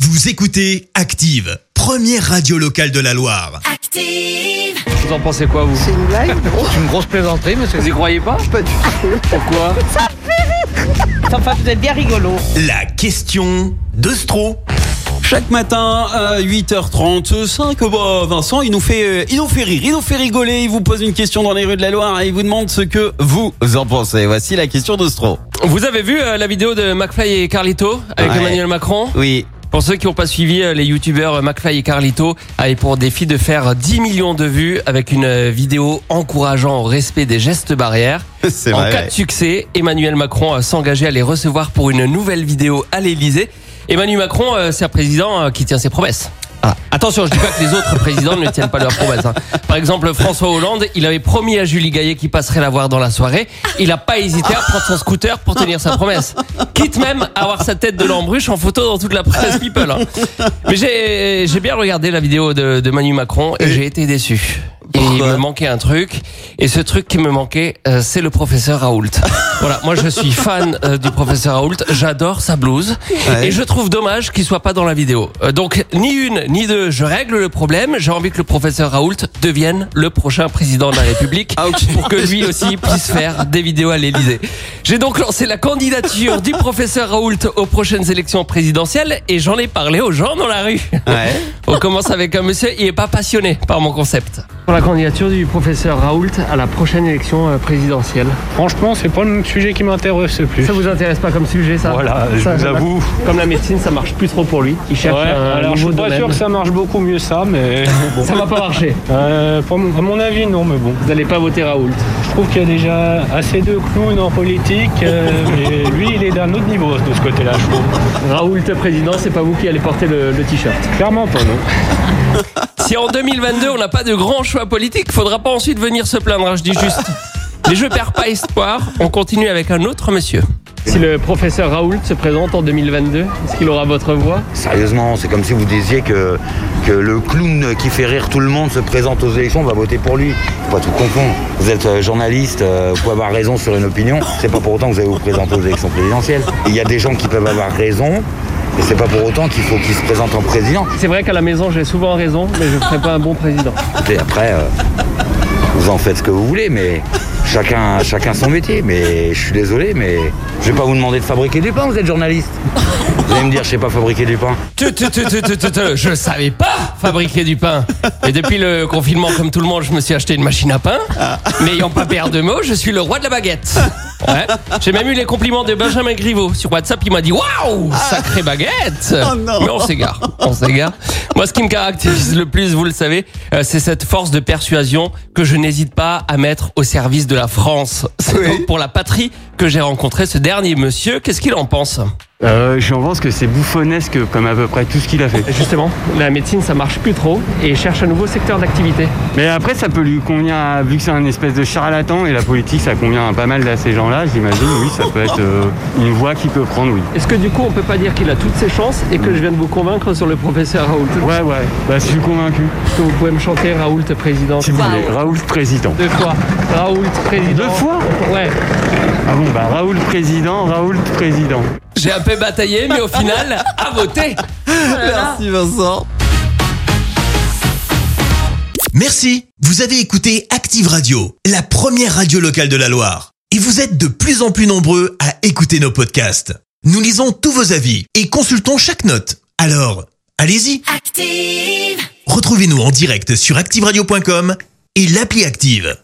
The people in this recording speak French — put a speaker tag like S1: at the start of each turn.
S1: Vous écoutez Active, première radio locale de la Loire.
S2: Active!
S3: Vous en pensez quoi, vous
S4: C'est une blague
S3: C'est une grosse plaisanterie, monsieur. Vous y croyez pas
S4: Pas du tout.
S3: Pourquoi
S4: Enfin, vous êtes bien rigolo.
S1: La question de Stro.
S5: Chaque matin à 8h35, bah, Vincent, il nous, fait, euh, il nous fait rire, il nous fait rigoler, il vous pose une question dans les rues de la Loire et il vous demande ce que vous en pensez. Voici la question d'Ostro.
S3: Vous avez vu euh, la vidéo de McFly et Carlito avec
S5: Ouais.
S3: Emmanuel Macron
S5: Oui.
S3: Pour ceux qui n'ont pas suivi, euh, les youtubeurs euh, McFly et Carlito avaient pour défi de faire 10 millions de vues avec une euh, vidéo encourageant au respect des gestes barrières.
S5: C'est
S3: en cas de succès, Emmanuel Macron euh, s'engageait à les recevoir pour une nouvelle vidéo à l'Elysée. Emmanuel Macron, euh, c'est un président euh, qui tient ses promesses.
S5: Ah.
S3: Attention, je dis pas que les autres présidents ne tiennent pas leurs promesses. hein. Par exemple, François Hollande, il avait promis à Julie Gaillet qu'il passerait la voir dans la soirée. Il n'a pas hésité à prendre son scooter pour tenir sa promesse. Quitte même à avoir sa tête de lambruche en photo dans toute la presse People. hein. Mais j'ai j'ai bien regardé la vidéo de, de Manu Macron et, j'ai été déçu. Et il
S5: Pourquoi
S3: me manquait un truc. Et ce truc qui me manquait, euh, c'est le professeur Raoult. voilà, moi je suis fan euh, du professeur Raoult. J'adore sa blouse.
S5: Ouais.
S3: Et je trouve dommage qu'il soit pas dans la vidéo. Euh, donc, ni une, ni deux, je règle le problème. J'ai envie que le professeur Raoult devienne le prochain président de la République
S5: Ah, ok.
S3: pour que lui aussi puisse faire des vidéos à l'Élysée. J'ai donc lancé la candidature du professeur Raoult aux prochaines élections présidentielles et j'en ai parlé aux gens dans la rue.
S5: Ouais.
S3: On commence avec un monsieur, il est pas passionné par mon concept. Pour la candidature du professeur Raoult à la prochaine élection euh, présidentielle.
S6: Franchement, c'est pas le sujet qui m'intéresse le plus.
S3: Ça vous intéresse pas comme sujet, ça
S6: Voilà, je vous avoue.
S3: Comme la médecine, ça marche plus trop pour lui. Il
S6: Ouais,
S3: cherche un
S6: alors je
S3: nouveau
S6: suis pas
S3: domaine.
S6: sûr que ça marche beaucoup mieux ça, mais bon.
S3: Ça va pas marcher.
S6: Euh, pour mon- à mon avis, non, mais bon.
S3: Vous allez pas voter Raoult.
S6: Je trouve qu'il y a déjà assez de clowns en politique, euh, mais lui, il est d'un autre niveau de ce côté-là, je trouve.
S3: Raoult président, c'est pas vous qui allez porter le, t-shirt.
S6: Clairement pas, non.
S3: Si en 2022 on n'a pas de grand choix politique, faudra pas ensuite venir se plaindre. hein, Je dis juste. Mais je perds pas espoir. On continue avec un autre monsieur. Si le professeur Raoult se présente en 2022, est-ce qu'il aura votre voix
S7: Sérieusement, c'est comme si vous disiez que, que le clown qui fait rire tout le monde se présente aux élections, on va voter pour lui. Faut pas tout confondre. Vous êtes euh, journaliste, euh, vous pouvez avoir raison sur une opinion, c'est pas pour autant que vous allez vous présenter aux élections présidentielles. Il y a des gens qui peuvent avoir raison, mais c'est pas pour autant qu'il faut qu'ils se présentent en président.
S3: C'est vrai qu'à la maison j'ai souvent raison, mais je ne ferai pas un bon président.
S7: Et après, euh, vous en faites ce que vous voulez, mais chacun, chacun son métier. Mais je suis désolé, mais je vais pas vous demander de fabriquer du pain, vous êtes journaliste. Vous allez me dire, je sais pas fabriquer du pain.
S3: Tu, tu, tu, tu, tu, tu, tu, Je savais pas fabriquer du pain. Et depuis le confinement, comme tout le monde, je me suis acheté une machine à pain. N'ayant pas peur de mots, je suis le roi de la baguette. Ouais. J'ai même eu les compliments de Benjamin Griveaux sur WhatsApp. Il m'a dit Waouh, sacrée baguette Mais on s'égare. On s'égare. Moi, ce qui me caractérise le plus, vous le savez, euh, c'est cette force de persuasion que je n'hésite pas à mettre au service de la France. C'est donc pour la patrie que j'ai rencontré ce dernier monsieur. Qu'est-ce qu'il en pense
S6: Euh, J'en pense que c'est bouffonnesque comme à peu près tout ce qu'il a fait.
S3: Justement, la médecine, ça marche plus trop et cherche un nouveau secteur d'activité.
S6: Mais après, ça peut lui convenir, à- vu que c'est un espèce de charlatan, et la politique, ça convient à pas mal de ces gens-là, j'imagine, oui, ça peut être euh, une voie qu'il peut prendre, oui.
S3: Est-ce que du coup, on peut pas dire qu'il a toutes ses chances et que je viens de vous convaincre sur le professeur Raoult
S6: Ouais, ouais, bah, je suis convaincu.
S3: Est-ce que vous pouvez me chanter Raoult président
S6: Si vous voulez, Raoul président.
S3: Deux fois. Raoult président.
S6: Deux fois
S3: Ouais.
S6: Ah bon, bah Raoul président, Raoul président.
S3: J'ai un peu bataillé, mais au final, à voter
S5: Merci Vincent.
S1: Merci. Vous avez écouté Active Radio, la première radio locale de la Loire. Et vous êtes de plus en plus nombreux à écouter nos podcasts. Nous lisons tous vos avis et consultons chaque note. Alors, allez-y,
S2: Active!
S1: retrouvez-nous en direct sur activeradio.com et l'appli Active.